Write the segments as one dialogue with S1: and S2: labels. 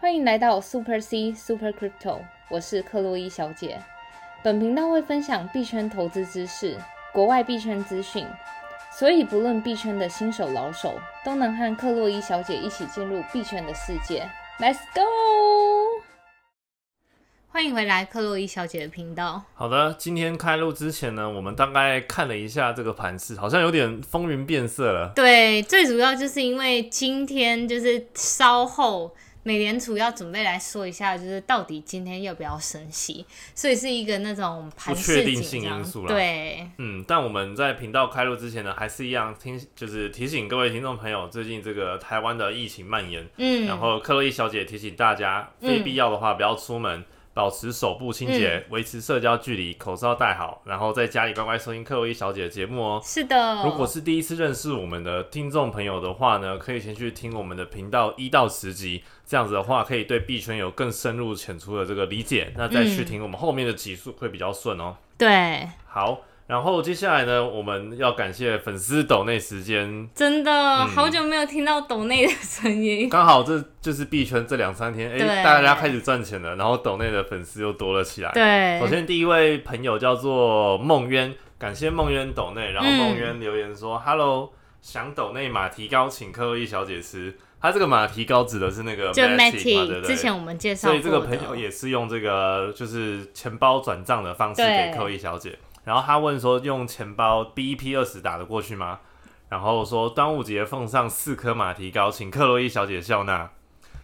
S1: 欢迎来到 Super C Super Crypto，我是克洛伊小姐。本频道会分享币圈投资知识、国外币圈资讯，所以不论币圈的新手老手，都能和克洛伊小姐一起进入币圈的世界。Let's go！欢迎回来，克洛伊小姐的频道。
S2: 好的，今天开录之前呢，我们大概看了一下这个盘势，好像有点风云变色了。
S1: 对，最主要就是因为今天就是稍后美联储要准备来说一下，就是到底今天要不要升息，所以是一个那种盘势
S2: 不确定性
S1: 紧张
S2: 因素啦
S1: 对，
S2: 嗯，但我们在频道开录之前呢，还是一样听，就是提醒各位听众朋友，最近这个台湾的疫情蔓延，
S1: 嗯，
S2: 然后克洛伊小姐提醒大家，
S1: 嗯
S2: 非必要的话不要出门，保持手部清洁，维持社交距离，口罩戴好，然后在家里乖乖收听克洛伊小姐的节目哦。
S1: 是的，
S2: 如果是第一次认识我们的听众朋友的话呢，可以先去听我们的频道一到十集，这样子的话可以对币圈有更深入浅出的这个理解，那再去听我们后面的集数会比较顺哦。
S1: 对，
S2: 好，然后接下来呢，我们要感谢粉丝抖内时间，
S1: 真的、
S2: 嗯
S1: 好久没有听到抖内的声音，
S2: 刚好这就是币圈这两三天，哎、
S1: 对
S2: 大家开始赚钱了，然后抖内的粉丝又多了起来。
S1: 对
S2: 首，先第一位朋友叫做梦渊，感谢梦渊抖内，然后
S1: 嗯
S2: 梦渊留言说、h e l l o 想抖内马蹄糕，请克洛伊小姐吃。”他这个马蹄糕指的是那个
S1: 就
S2: Matic 嘛
S1: Matty
S2: 对
S1: 之
S2: 不对？
S1: 前我们介绍
S2: 所
S1: 过
S2: 以
S1: 的，
S2: 这个朋友也是用这个就是钱包转账的方式
S1: 对
S2: 给克洛伊小姐。然后他问说，用钱包 BEP 二十打得过去吗？然后说端午节奉上四颗马蹄糕，请克洛伊小姐笑纳。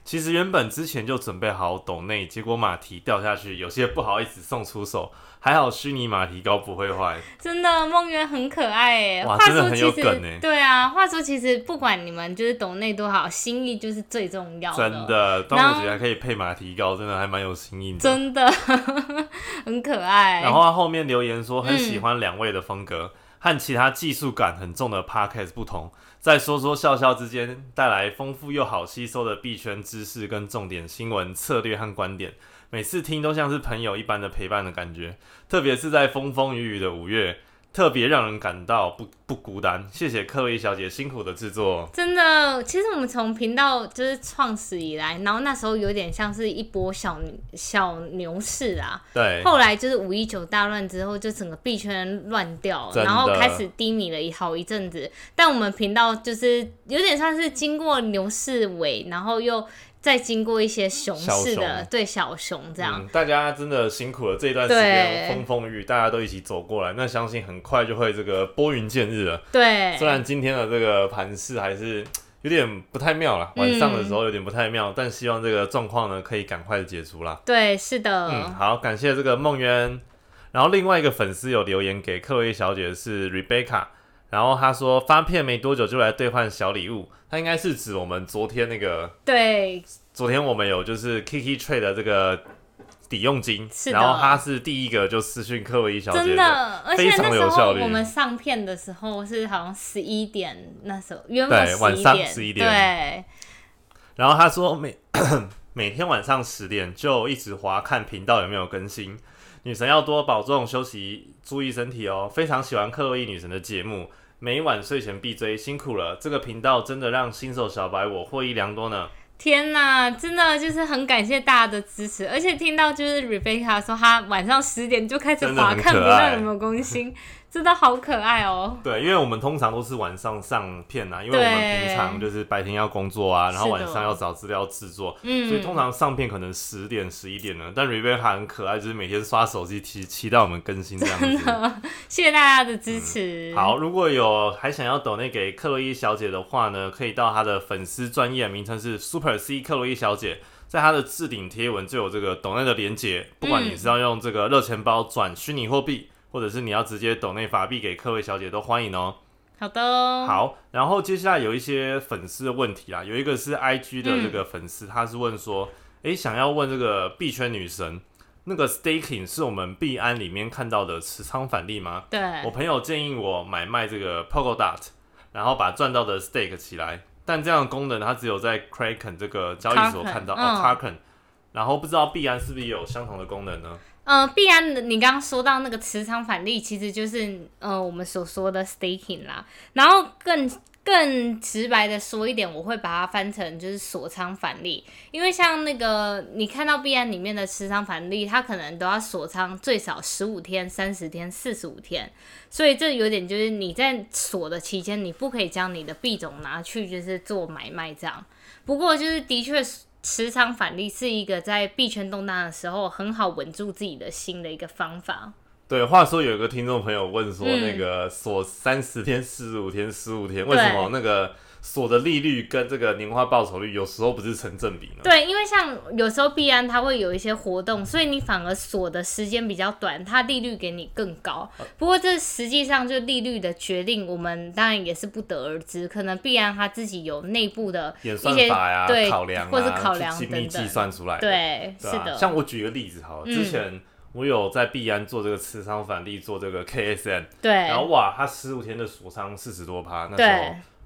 S2: 其实原本之前就准备好抖内，结果马蹄掉下去，有些不好意思送出手，还好虚拟马蹄糕不会坏。
S1: 真的梦圆很可爱哎，
S2: 哇
S1: 话
S2: 真的
S1: 说
S2: 很
S1: 其
S2: 有
S1: 实
S2: 梗欸
S1: 对啊，话说其实不管你们就是懂内多好，心意就是最重要
S2: 真
S1: 的，
S2: 的，端午节还可以配马蹄糕，真的还蛮有新意的。
S1: 真的 很可爱。
S2: 然后他后面留言说很
S1: 嗯
S2: 喜欢两位的风格，和其他技术感很重的 podcast 不同，在说说笑笑之间带来丰富又好吸收的币圈知识跟重点新闻、策略和观点。每次听都像是朋友一般的陪伴的感觉，特别是在风风雨雨的五月，特别让人感到不不孤单。谢谢克洛伊小姐辛苦的制作，
S1: 真的，其实我们从频道就是创始以来，然后那时候有点像是一波小牛小牛市啊，
S2: 对，
S1: 后来就是五一九大乱之后，就整个币圈乱掉，
S2: 真的
S1: 然后开始低迷了一好一阵子。但我们频道就是有点像是经过牛市尾，然后又再经过一些熊市
S2: 小
S1: 的
S2: 熊
S1: 对小熊这样。
S2: 嗯，大家真的辛苦了这一段时间风风雨雨，大家都一起走过来，那相信很快就会这个拨云见日了。
S1: 对，
S2: 虽然今天的这个盘势还是有点不太妙
S1: 嗯
S2: 啦，晚上的时候有点不太妙，但希望这个状况呢可以赶快的解除啦。
S1: 对，是的，
S2: 嗯，好，感谢这个梦渊。然后另外一个粉丝有留言给克洛伊小姐是 Rebecca，然后她说发片没多久就来兑换小礼物，她应该是指我们昨天那个，
S1: 对，
S2: 昨天我们有就是 Kiki Trade 的这个抵用金，
S1: 是的
S2: 然后她是第一个就私讯克洛伊小姐
S1: 真的，而且
S2: 非常
S1: 那
S2: 有
S1: 时候
S2: 效率
S1: 我们上片的时候是好像十一点，那时候原本
S2: 对晚上
S1: 十一
S2: 11
S1: 点，
S2: 然后他说每 每天晚上十点就一直滑看频道有没有更新。女神要多保重休息，注意身体哦。非常喜欢克洛伊女神的节目，每晚睡前必追，辛苦了。这个频道真的让新手小白我获益良多呢。
S1: 对，天呐，真的就是很感谢大家的支持，而且听到就是 Rebecca 说她晚上十点就开始
S2: 真的
S1: 滑
S2: 很
S1: 看不
S2: 可
S1: 到
S2: 爱
S1: 有没有更 新，真的好可爱哦。
S2: 对，因为我们通常都是晚上上片啊，因为我们
S1: 对
S2: 平常就是白天要工作啊，然后
S1: 是的
S2: 晚上要找资料制作，
S1: 嗯，
S2: 所以通常上片可能十点十一点了。但 Rebecca 很可爱，就是每天刷手机期期待我们更新这 样子。
S1: 谢谢大家的支持。，
S2: 嗯好，如果有还想要抖内给克洛伊小姐的话呢，可以到她的粉丝专业名称是 Super C 克洛伊小姐，在她的置顶贴文就有这个抖内的连接。不管你是要用这个热钱包转虚拟货币，或者是你要直接抖内法币给克洛伊小姐，都欢迎哦。
S1: 好的哦，，
S2: 好，然后接下来有一些粉丝的问题啊，有一个是 IG 的这个粉丝，他是问说，诶，想要问这个币圈女神，那个 staking 是我们币安里面看到的持仓返利吗？
S1: 对，
S2: 我朋友建议我买卖这个 Polkadot，然后把赚到的 stake 起来，但这样的功能它只有在 Kraken 这个交易所
S1: Kraken，
S2: 看到
S1: 嗯
S2: 哦 Kraken，然后不知道币安是不是也有相同的功能呢？
S1: 呃，必然的，你刚刚说到那个磁场反例，其实就是呃我们所说的 staking 啦。然后更更直白的说一点，我会把它翻成就是锁仓返利，因为像那个你看到币安里面的持仓返利，它可能都要锁仓最少十五天、三十天、四十五天，所以这有点就是你在锁的期间，你不可以将你的币种拿去就是做买卖这样。不过就是的确持仓返利是一个在币圈动荡的时候很好稳住自己的心的一个方法。
S2: 对，话说有一个听众朋友问说，
S1: 嗯
S2: 那个锁三十天、四十五天、十五天，为什么那个锁的利率跟这个年化报酬率有时候不是成正比呢？
S1: 对，因为像有时候币安它会有一些活动，所以你反而锁的时间比较短，它利率给你更高。
S2: 呃
S1: 不过这实际上就利率的决定，我们当然也是不得而知，可能币安它自己有内部的一
S2: 演算
S1: 些
S2: 法呀、
S1: 对
S2: 考量啊，
S1: 或是考量
S2: 去精密
S1: 等等
S2: 计算出来的。
S1: 对，是
S2: 对啊
S1: 的，
S2: 像我举个例子好了，
S1: 嗯
S2: 之前我有在币安做这个持仓返利，做这个 KSN，
S1: 对
S2: 然后哇，它十五天的锁仓四十多趴，那时候
S1: 对，，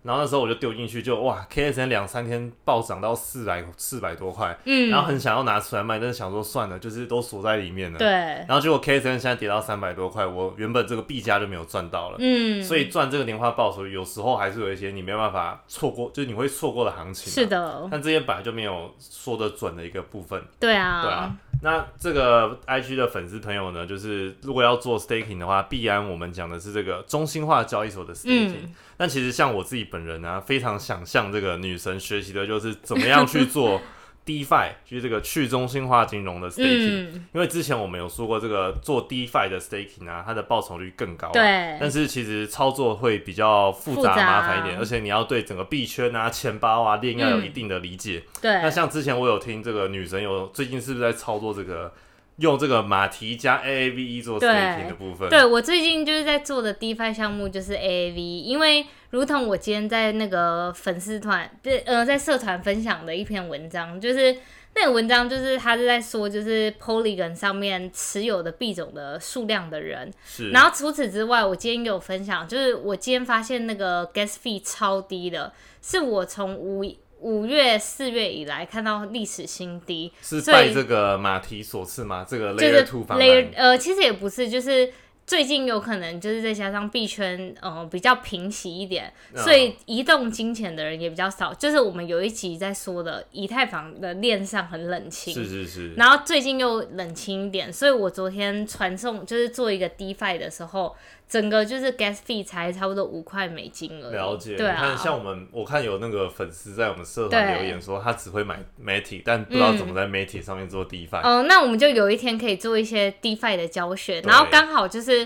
S2: 然后那时候我就丢进去就，哇，KSN 两三天暴涨到四百四百多块，
S1: 嗯，
S2: 然后很想要拿出来卖，但是想说算了，就是都锁在里面了。。
S1: 对，
S2: 然后结果 KSN 现在跌到三百多块，我原本这个币价就没有赚到了，
S1: 嗯，
S2: 所以赚这个年化报酬有时候还是有一些你没办法错过，就是你会错过的行情、啊
S1: 是，的，
S2: 但这些本来就没有说的准的一个部分。
S1: 对啊，
S2: 对啊，那这个 IG 的粉丝朋友呢，就是如果要做 staking 的话，必然我们讲的是这个中心化交易所的 staking、
S1: 嗯
S2: 那其实像我自己本人呢、非常想向这个女神学习的，就是怎么样 去做 DeFi，就是这个去中心化金融的 staking、
S1: 嗯，
S2: 因为之前我们有说过，这个做 DeFi 的 staking 啊，它的报酬率更高、啊。
S1: 对，
S2: 但是其实操作会比较复杂
S1: 复杂
S2: 麻烦一点，而且你要对整个币圈啊、钱包啊、链要有一
S1: 嗯
S2: 定的理解。那
S1: 对，
S2: 像之前我有听这个女神有最近是不是在操作这个用这个马蹄加 AAVE E 做
S1: 对
S2: staking 的部分？
S1: 对我最近就是在做的 DeFi 项目就是 AAV，因为如同我今天在那个粉丝团，不是呃，在社团分享的一篇文章，就是那个文章就是他是在说，就是 Polygon 上面持有的币种的数量的人，
S2: 是。
S1: 然后除此之外，我今天有分享，就是我今天发现那个 gas fee 超低的，是我从五五月四月以来看到历史新低，
S2: 是
S1: 所以
S2: 拜这个马蹄所赐吗？这个
S1: 就是
S2: Layer Two 方案
S1: 呃，其实也不是，就是最近有可能就是再加上币圈呃比较平息一点，
S2: 嗯
S1: 所以移动金钱的人也比较少。就是我们有一集在说的，以太坊的链上很冷清，
S2: 是是是，
S1: 然后最近又冷清一点，所以我昨天传送就是做一个 DeFi 的时候，整个就是 gas fee 才差不多五块美金而已。
S2: 了解。
S1: 对
S2: 你看，
S1: 啊，
S2: 像我们我看有那个粉丝在我们社团留
S1: 对
S2: 言说，他只会买 Mati，但不知道怎么在 Mati 上面做 DeFi。
S1: 嗯、那我们就有一天可以做一些 DeFi 的教学，
S2: 对
S1: 然后刚好就是。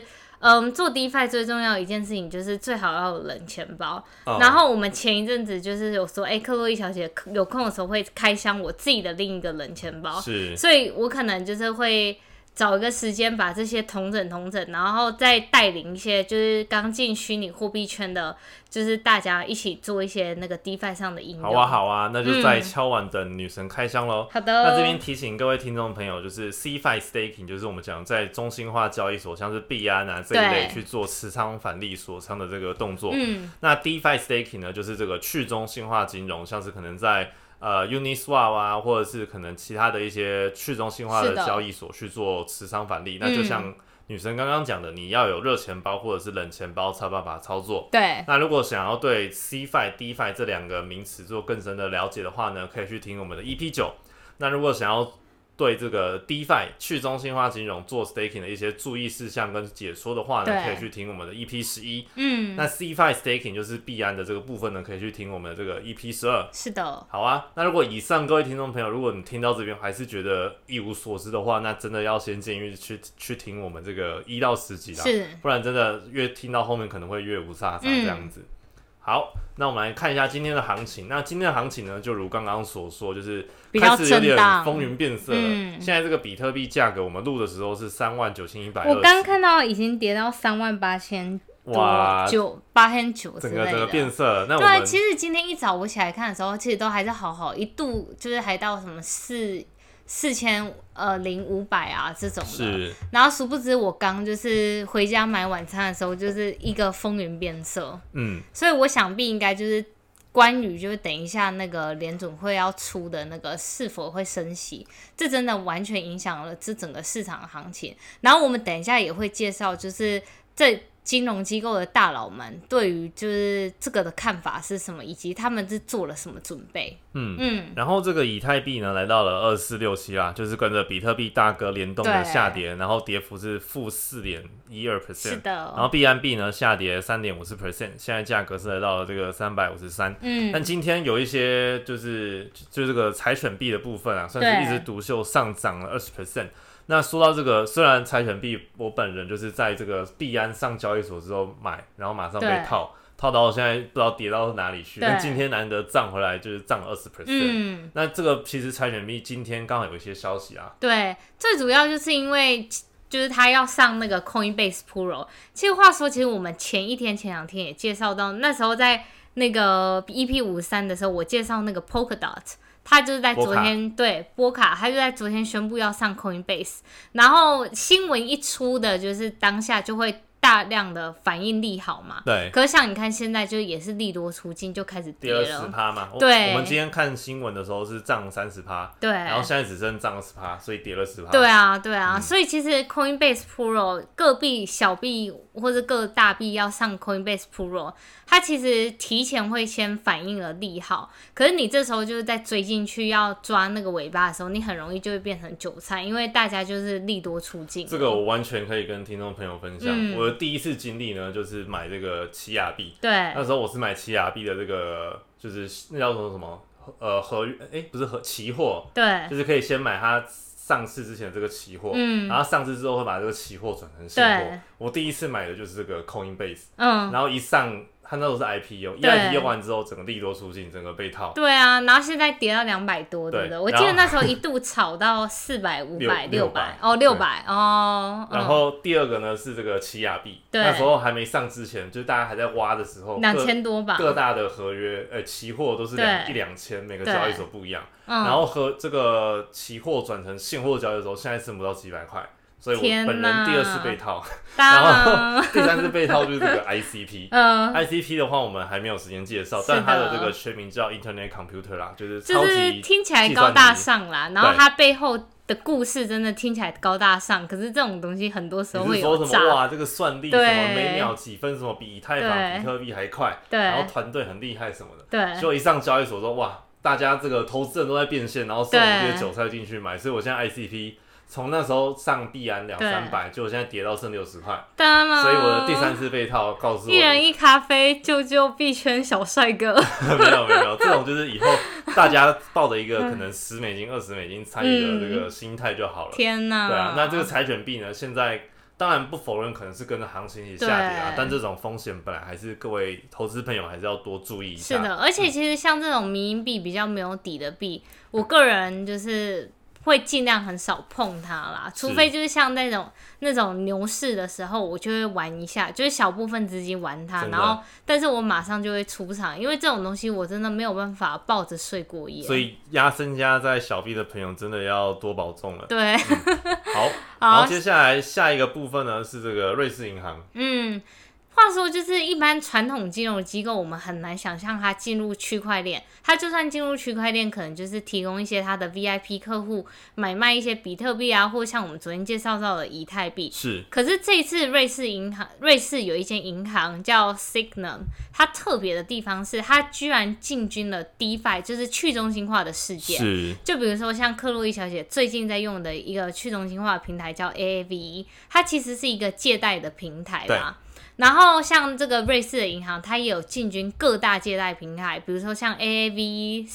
S1: 嗯，做 DeFi 最重要的一件事情就是最好要有冷钱包。
S2: 嗯
S1: 哦然后我们前一阵子就是有说，哎、克洛伊小姐有空的时候会开箱我自己的另一个冷钱包。
S2: 嗯是
S1: 所以我可能就是会找一个时间把这些统整统整，然后再带领一些就是刚进虚拟货币圈的，就是大家一起做一些那个 DeFi 上的应用。
S2: 好啊，好啊，那就在
S1: 嗯
S2: 敲碗等女神开箱喽。
S1: 好的。
S2: 那这边提醒各位听众朋友，就是 CFI staking，就是我们讲在中心化交易所，像是币安啊这一类
S1: 对
S2: 去做持仓返利锁仓的这个动作。
S1: 嗯，
S2: 那 DeFi staking 呢，就是这个去中心化金融，像是可能在呃 Uniswap 啊，或者是可能其他的一些去中心化
S1: 是
S2: 的
S1: 的
S2: 交易所去做持仓返利。
S1: 嗯
S2: 那就像女生刚刚讲的，你要有热钱包或者是冷钱包才有办法操作。
S1: 对，
S2: 那如果想要对 CFI、DFI 这两个名词做更深的了解的话呢，可以去听我们的 EP 九。那如果想要对这个 DFI 去中心化金融做 staking 的一些注意事项跟解说的话呢，
S1: 对
S2: 可以去听我们的 EP 十一。
S1: 嗯，
S2: 那 CFI staking 就是币安的这个部分呢，可以去听我们的这个 EP 十二。
S1: 是的，
S2: 好啊，那如果以上各位听众朋友，如果你听到这边还是觉得一无所知的话，那真的要先建议去去听我们这个一到十集啦。
S1: 是，
S2: 不然真的越听到后面可能会越无煞煞这样子。好，那我们来看一下今天的行情。那今天的行情呢，就如刚刚所说，就是
S1: 比较
S2: 开始有点
S1: 震荡
S2: 风云变色了。
S1: 嗯
S2: 现在这个比特币价格，我们录的时候是三万九千一百二，
S1: 我刚看到已经跌到三万八千
S2: 哇
S1: 多，九八千九之
S2: 整
S1: 类
S2: 个
S1: 的。
S2: 整个变色了。那我
S1: 对，啊
S2: 们
S1: 其实今天一早我起来看的时候，其实都还是好好，一度就是还到什么四四千呃零五百啊这种的。
S2: 是
S1: 然后殊不知我刚就是回家买晚餐的时候，就是一个风云变色，
S2: 嗯，
S1: 所以我想必应该就是关于就是等一下那个联准会要出的那个是否会升息，这真的完全影响了这整个市场行情。然后我们等一下也会介绍就是这。金融机构的大佬们对于就是这个的看法是什么，以及他们是做了什么准备。
S2: 嗯，
S1: 嗯，
S2: 然后这个以太币呢，来到了二四六七啦，就是跟着比特币大哥联动的
S1: 对
S2: 下跌，然后跌幅是负四点一二 percent。
S1: 是
S2: 然后
S1: 的，
S2: 币安币呢下跌三点五四 percent，现在价格是来到了这个三百五十三。
S1: 嗯，
S2: 但今天有一些就是就这个柴犬币的部分啊，算是
S1: 对
S2: 一枝独秀，上涨了二十 percent。那说到这个，虽然柴犬币我本人就是在这个币安上交易所之后买，然后马上被
S1: 对
S2: 套，套到现在不知道跌到哪里去。
S1: 对
S2: 但今天难得涨回来，就是涨二十 percent。
S1: 嗯。
S2: 那这个其实柴犬币今天刚好有一些消息啊，
S1: 对，最主要就是因为就是他要上那个 Coinbase Pro。其实话说，其实我们前一天、前两天也介绍到，那时候在那个 EP 五三的时候，我介绍那个 Polkadot。他就是在昨天对波卡，他就在昨天宣布要上 Coinbase，然后新闻一出的，就是当下就会大量的反应利好嘛。
S2: 对，
S1: 可是像你看现在就也是利多出尽，就开始跌
S2: 跌了十
S1: 了。
S2: 趴嘛。我
S1: 对
S2: 我们今天看新闻的时候是涨三十趴，
S1: 对，
S2: 然后现在只剩涨十趴，所以跌了十趴。
S1: 哎对啊，对啊，
S2: 嗯
S1: 所以其实 Coinbase Pro 各币、小币或者各大币要上 Coinbase Pro，它其实提前会先反映了利好，可是你这时候就是在追进去要抓那个尾巴的时候，你很容易就会变成韭菜，因为大家就是利多出尽。
S2: 这个我完全可以跟听众朋友分享。
S1: 嗯
S2: 我的第一次经历呢，就是买这个奇亚币。
S1: 对
S2: 那时候我是买奇亚币的这个，就是那叫什么什么呃合约，哎、不是合期货，
S1: 对
S2: 就是可以先买它上市之前的这个期货，
S1: 哎嗯
S2: 然后上市之后会把这个期货转成现货
S1: 对。
S2: 我第一次买的就是这个 Coinbase，、
S1: 嗯，
S2: 然后一上它那时候是 IPO，一
S1: 对
S2: IPO 完之后整个利多出尽，整个被套。
S1: 对啊，然后现在跌到两百多，对不对？
S2: 对
S1: 我记
S2: 然后
S1: 得那时候一度炒到四百、五百、
S2: 六
S1: 六
S2: 百
S1: 百哦，六百哦，嗯
S2: 然后第二个呢是这个奇亚币，
S1: 对
S2: 那时候还没上之前，就是大家还在挖的时候，
S1: 两
S2: 各
S1: 千多吧，
S2: 各大的合约，呃，期货都是两
S1: 对
S2: 一两千，每个
S1: 对
S2: 交易所不一样。
S1: 嗯
S2: 然后和这个期货转成现货交易的时候，现在剩不到几百块，所以我
S1: 天
S2: 本人
S1: 哪
S2: 第二次被套，
S1: 当
S2: 然
S1: 然，
S2: 第三次被套就是这个 ICP。
S1: 嗯，
S2: ICP 的话，我们还没有时间介绍，
S1: 是的
S2: 但它的这个全名叫 Internet Computer 啦，就是超
S1: 就
S2: 级
S1: 是听起来高大上啦，然后
S2: 对
S1: 它背后的故事真的听起来高大上，可是这种东西很多时候
S2: 你
S1: 会
S2: 是说
S1: 有
S2: 什么
S1: 诈，
S2: 哇？这个算力什
S1: 对
S2: 么每秒几分什么比以太坊、
S1: 对
S2: 比特币还快，然后
S1: 对
S2: 团队很厉害什么的。
S1: 对
S2: 就一上交易所说哇，大家这个投资人都在变现，然后送我们这些韭菜进去买，所以我现在 ICP 从那时候上币安两
S1: 对
S2: 三百，就现在跌到剩六十块，
S1: 当然，
S2: 所以我的第三次被套，告诉我
S1: 一人
S2: 没
S1: 一咖啡救救币圈小帅哥，
S2: 有 没有没有，这种就是以后大家抱着一
S1: 嗯
S2: 个可能十美金、二十美金参与的这个心态就好了。
S1: 天哪，
S2: 对啊，那这个柴犬币呢，现在。当然不否认可能是跟着行情一起下跌啊
S1: 对，
S2: 但这种风险本来还是各位投资朋友还是要多注意一下。
S1: 是的，而且其实像这种民营币比较没有底的币，我个人就是会尽量很少碰它啦，除非就是像那种那种牛市的时候，我就会玩一下，就是小部分资金玩它，
S2: 真的
S1: 然后但是我马上就会出场，因为这种东西我真的没有办法抱着睡过夜。
S2: 所以压身家在小币的朋友真的要多保重了。
S1: 对，
S2: 好，然
S1: 好
S2: 后，接下来下一个部分呢是这个瑞士银行，
S1: 嗯。话说，就是一般传统金融机构，我们很难想象它进入区块链。它就算进入区块链，可能就是提供一些它的 VIP 客户买卖一些比特币啊，或像我们昨天介绍到的以太币。
S2: 是
S1: 可是这一次瑞士银行，瑞士有一间银行叫 Signum，它特别的地方是它居然进军了 DeFi，就是去中心化的世界。
S2: 是，
S1: 就比如说像克洛伊小姐最近在用的一个去中心化的平台叫 AAVE，它 E，其实是一个借贷的平台啦。然后像这个瑞士的银行，它也有进军各大借贷平台，比如说像 AAVE、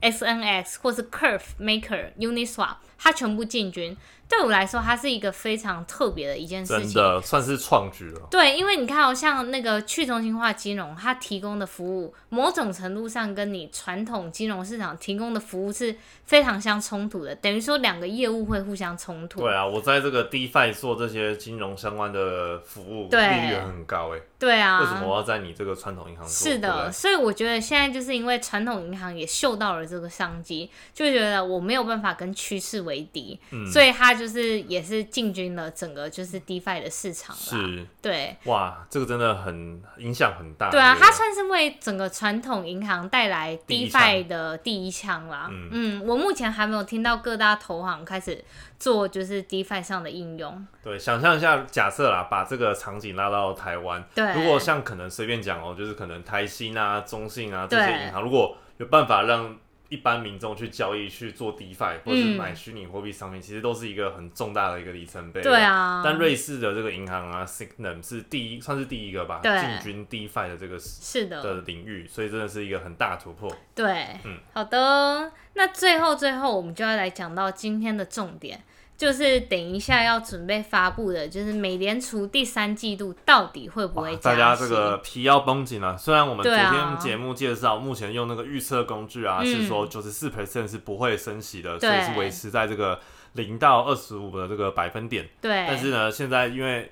S1: SNX 或是 Curve Maker、Uniswap，它全部进军。对我来说，它是一个非常特别的一件事
S2: 真
S1: 情。
S2: 的算是创举了。
S1: 对，因为你看、哦，像那个去中心化金融，它提供的服务，某种程度上跟你传统金融市场提供的服务是非常相冲突的，等于说两个业务会互相冲
S2: 啊
S1: 突。
S2: 对啊，我在这个 DeFi 做这些金融相关的服务，利
S1: 对
S2: 率很高哎、
S1: 对啊，
S2: 为什么我要在你这个传统银行做？
S1: 是
S2: 对不
S1: 的，
S2: 对
S1: 所以我觉得现在就是因为传统银行也嗅到了这个商机，就觉得我没有办法跟趋势为敌，
S2: 嗯
S1: 所以它就是也是进军了整个就是 DeFi 的市场啦。
S2: 是
S1: 对
S2: 哇，这个真的很影响很大。
S1: 对啊，
S2: 不
S1: 它算是为整个传统银行带来
S2: 第一枪
S1: DeFi 的第一枪啦。
S2: 嗯
S1: 嗯，我目前还没有听到各大投行开始做就是 DeFi 上的应用。
S2: 对，想象一下，假设啦，把这个场景拉到台湾，
S1: 对
S2: 如果像可能随便讲哦，就是可能台新啊、中信啊这
S1: 对
S2: 些银行，如果有办法让一般民众去交易、去做 DeFi 或是
S1: 嗯
S2: 买虚拟货币商品，其实都是一个很重大的一个里程碑。
S1: 对。啊，
S2: 但瑞士的这个银行啊，Signum 是第一，算是第一个吧，
S1: 对
S2: 进军 DeFi 的这个
S1: 是的，
S2: 的领域，所以真的是一个很大的突破。
S1: 对，
S2: 嗯
S1: 好的。那最后最后，我们就要来讲到今天的重点，就是等一下要准备发布的，就是美联储第三季度到底会不
S2: 哇
S1: 会，
S2: 大
S1: 加
S2: 家
S1: 息？
S2: 这个皮要绷紧了。虽然我们昨
S1: 对啊
S2: 天节目介绍，目前用那个预测工具啊，
S1: 嗯
S2: 是说九十四 percent 是不会升息的，所
S1: 对
S2: 以是维持在这个零到二十五的这个百分点。
S1: 对，
S2: 但是呢，现在因为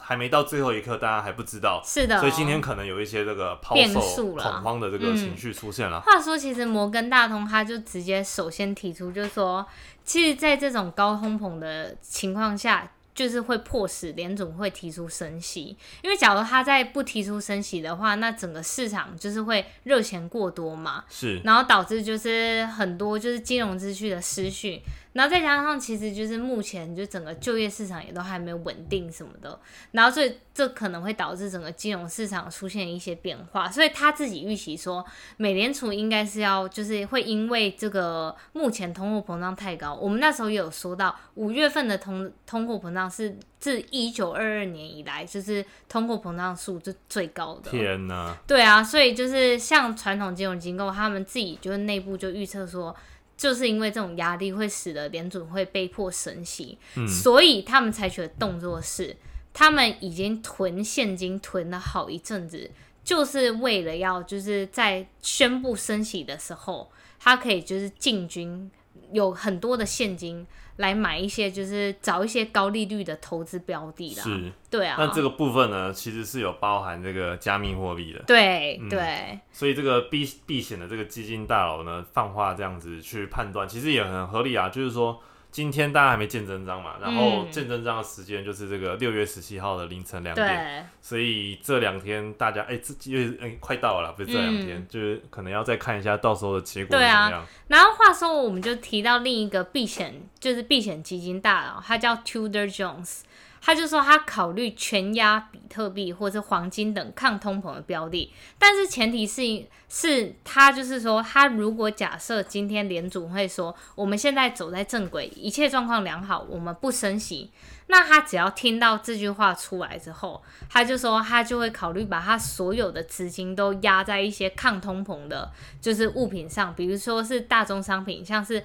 S2: 还没到最后一刻，大家还不知道，
S1: 是的哦、
S2: 所以今天可能有一些这个抛
S1: 变
S2: 售
S1: 数
S2: 恐
S1: 啦
S2: 慌的这个情绪出现了。
S1: 话说，其实摩根大通他就直接首先提出，就是说，其实，在这种高通膨的情况下，就是会迫使联总会提出升息。因为假如他再不提出升息的话，那整个市场就是会热钱过多嘛，
S2: 是，
S1: 然后导致就是很多就是金融秩序的失序，然后再加上其实就是目前就整个就业市场也都还没有稳定什么的，然后所以这可能会导致整个金融市场出现一些变化，所以他自己预期说美联储应该是要就是会因为这个目前通货膨胀太高，我们那时候也有说到五月份的通通货膨胀是自一九二二年以来就是通货膨胀数就最高的，
S2: 天哪，
S1: 对啊，所以就是像传统金融机构，他们自己就是内部就预测说，就是因为这种压力会使得联准会被迫升息，
S2: 嗯
S1: 所以他们采取的动作是，他们已经囤现金囤了好一阵子，就是为了要就是在宣布升息的时候，他可以就是进军有很多的现金来买一些就是找一些高利率的投资标的啦。
S2: 是。
S1: 对啊，
S2: 那这个部分呢，其实是有包含这个加密货币的。
S1: 对
S2: 嗯
S1: 对。
S2: 所以这个避避险的这个基金大佬呢，放话这样子去判断，其实也很合理啊。就是说，今天大家还没见真章嘛，然后
S1: 嗯
S2: 见真章的时间就是这个六月十七号的凌晨两点，
S1: 对，
S2: 所以这两天大家哎，这因为哎快到了啦，不是这两天，就是可能要再看一下到时候的结果是
S1: 嗯对
S2: 怎
S1: 啊
S2: 么样。
S1: 然后话说，我们就提到另一个避险，就是避险基金大佬，他叫 Tudor Jones，他就说他考虑全押比特币或是黄金等抗通膨的标的，但是前提是是他就是说，他如果假设今天联储会说我们现在走在正轨，一切状况良好，我们不升息，那他只要听到这句话出来之后，他就说他就会考虑把他所有的资金都压在一些抗通膨的，就是物品上，比如说是大宗商品，像是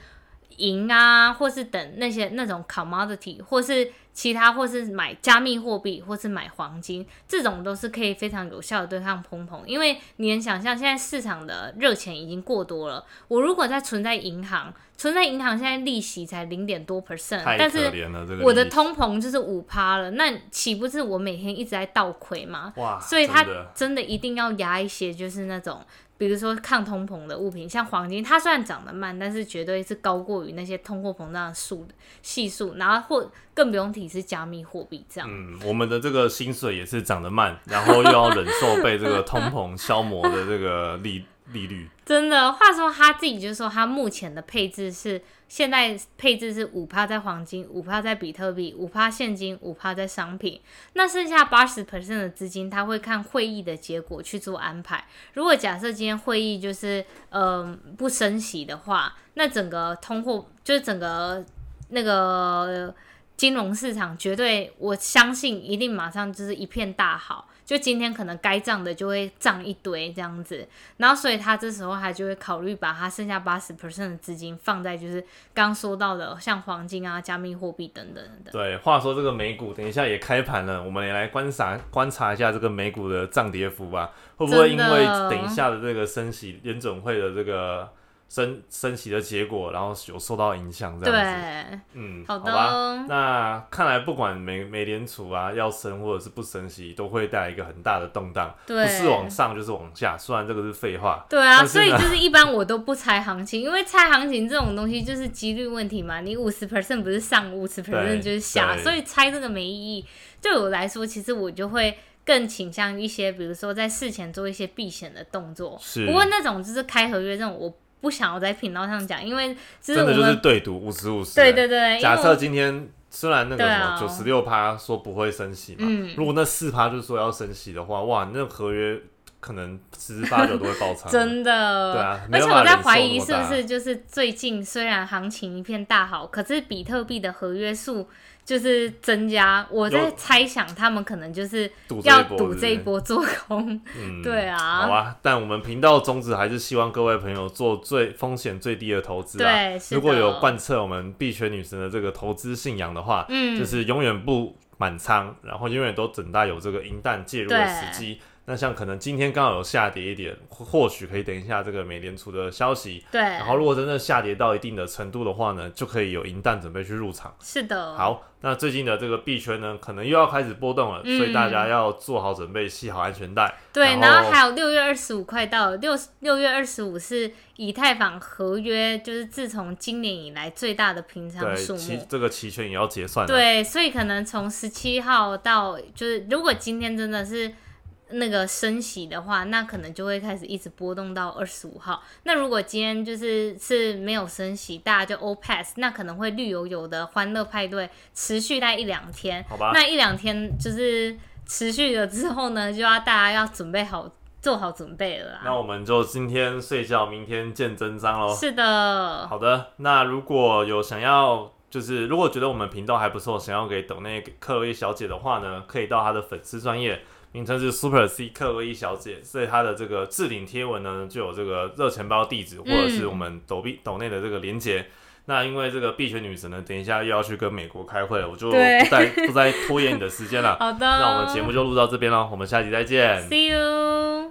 S1: 银啊，或是等那些那种 commodity，或是其他，或是买加密货币，或是买黄金，这种都是可以非常有效的对抗通膨。因为你能想象，现在市场的热钱已经过多了，我如果再存在银行，存在银行现在利息才零点多 percent，
S2: 太
S1: 但
S2: 可
S1: 是
S2: 怜了，这个
S1: 我的
S2: 利息
S1: 通膨就是五趴了，那岂不是我每天一直在倒亏吗？
S2: 哇，
S1: 所以他
S2: 啊真的
S1: 真的一定要压一些，就是那种比如说抗通膨的物品，像黄金，它虽然涨得慢，但是绝对是高过于那些通货膨胀的数系数，然后或更不用提是加密货币这样。
S2: 嗯，我们的这个薪水也是涨得慢，然后又要忍受被这个通膨消磨的这个利利率。
S1: 真的，话说他自己就说他目前的配置是现在配置是五趴在黄金，五趴在比特币，五趴现金，五趴在商品。那剩下八十 percent 的资金，他会看会议的结果去做安排。如果假设今天会议就是嗯、呃不升息的话，那整个通货就是整个那个金融市场绝对，我相信一定马上就是一片大好。就今天可能该涨的就会涨一堆这样子，然后所以他这时候他就会考虑把他剩下八十 percent 的资金放在就是刚说到的像黄金啊、加密货币等等等等。
S2: 对，话说这个美股，等一下也开盘了，我们也来观察观察一下这个美股的涨跌幅吧，会不会因
S1: 真的
S2: 为等一下的这个升息，联总会的这个升升息的结果，然后有受到影响这样子。
S1: 对，
S2: 嗯，
S1: 好
S2: 好
S1: 的
S2: 吧。
S1: 哦。
S2: 那看来不管美美联储啊要升或者是不升息，都会带来一个很大的动荡，
S1: 对，
S2: 不是往上就是往下。虽然这个是废话，
S1: 对啊，
S2: 但是
S1: 所以
S2: 呢
S1: 就是一般我都不猜行情，因为猜行情这种东西就是几率问题嘛。你五十 percent 不是上，五十 percent
S2: 对
S1: 就是下，
S2: 对
S1: 所以猜这个没意义。对我来说，其实我就会更倾向一些，比如说在事前做一些避险的动作。
S2: 是
S1: 不过那种就是开合约这种，我不想要在频道上讲，因为这是
S2: 真
S1: 我
S2: 的
S1: 们、
S2: 就是对赌五十五十。
S1: 对对对，因为
S2: 假设
S1: 我
S2: 今天虽然那个
S1: 对
S2: 什
S1: 啊
S2: 么九十六趴说不会升息嘛，
S1: 嗯
S2: 如果那四趴就说要升息的话，哇，那合约可能十之八九都会爆 仓。
S1: 真的，
S2: 啊对啊没
S1: 而
S2: 有
S1: 且
S2: 办
S1: 我
S2: 法
S1: 在
S2: 忍
S1: 怀
S2: 受
S1: 疑
S2: 那
S1: 是
S2: 么
S1: 不
S2: 大
S1: 是就是最近虽然行情一片大好，可是比特币的合约数就是增加，我在
S2: 有
S1: 猜想他们可能就是
S2: 赌这一
S1: 要
S2: 波
S1: 赌
S2: 是不
S1: 这一
S2: 是
S1: 波做空。
S2: 嗯
S1: 对啊
S2: 好啊，但我们频道宗旨还是希望各位朋友做最风险最低的投资啊。
S1: 对，是的
S2: 如果有贯彻我们币圈女神的这个投资信仰的话，
S1: 嗯，
S2: 就是永远不满仓，然后永远都等待有这个银弹介入的时机。那像可能今天刚好有下跌一点，或或许可以等一下这个美联储的消息，
S1: 对，
S2: 然后如果真的下跌到一定的程度的话呢，就可以有银弹准备去入场。
S1: 是的，，
S2: 好，那最近的这个币圈呢，可能又要开始波动了，所以大
S1: 嗯
S2: 家要做好准备，系好安全带。
S1: 对，
S2: 然
S1: 然后
S2: 后
S1: 还有六月二十五快到了，六六月二十五是以太坊合约，就是自从今年以来最大的平仓数
S2: 对，期
S1: 目。
S2: 这个期权也要结算了。
S1: 对，所以可能从十七号到，就是如果今天真的是那个升息的话，那可能就会开始一直波动到二十五号。那如果今天就是是没有升息，大家就 all pass，那可能会绿油油的欢乐派对持续在一两天。
S2: 好吧
S1: 那一两天就是持续了之后呢，就要大家要准备好，做好准备了
S2: 那
S1: 啦。
S2: 我们就今天睡觉，明天见真章喽。
S1: 是的，
S2: 好的，那如果有想要，就是如果觉得我们频道还不错，想要给抖内克洛伊小姐的话呢，可以到她的粉丝专业，名称是 Super C 克洛伊小姐，所以她的这个置顶贴文呢，就有这个热钱包地址或者是我们抖币抖内的这个连接。那因为这个币圈女神呢，等一下又要去跟美国开会了，我就不
S1: 对
S2: 再不再拖延你的时间了。
S1: 好的，
S2: 那我们节目就录到这边了，我们下期再见。
S1: ，see you。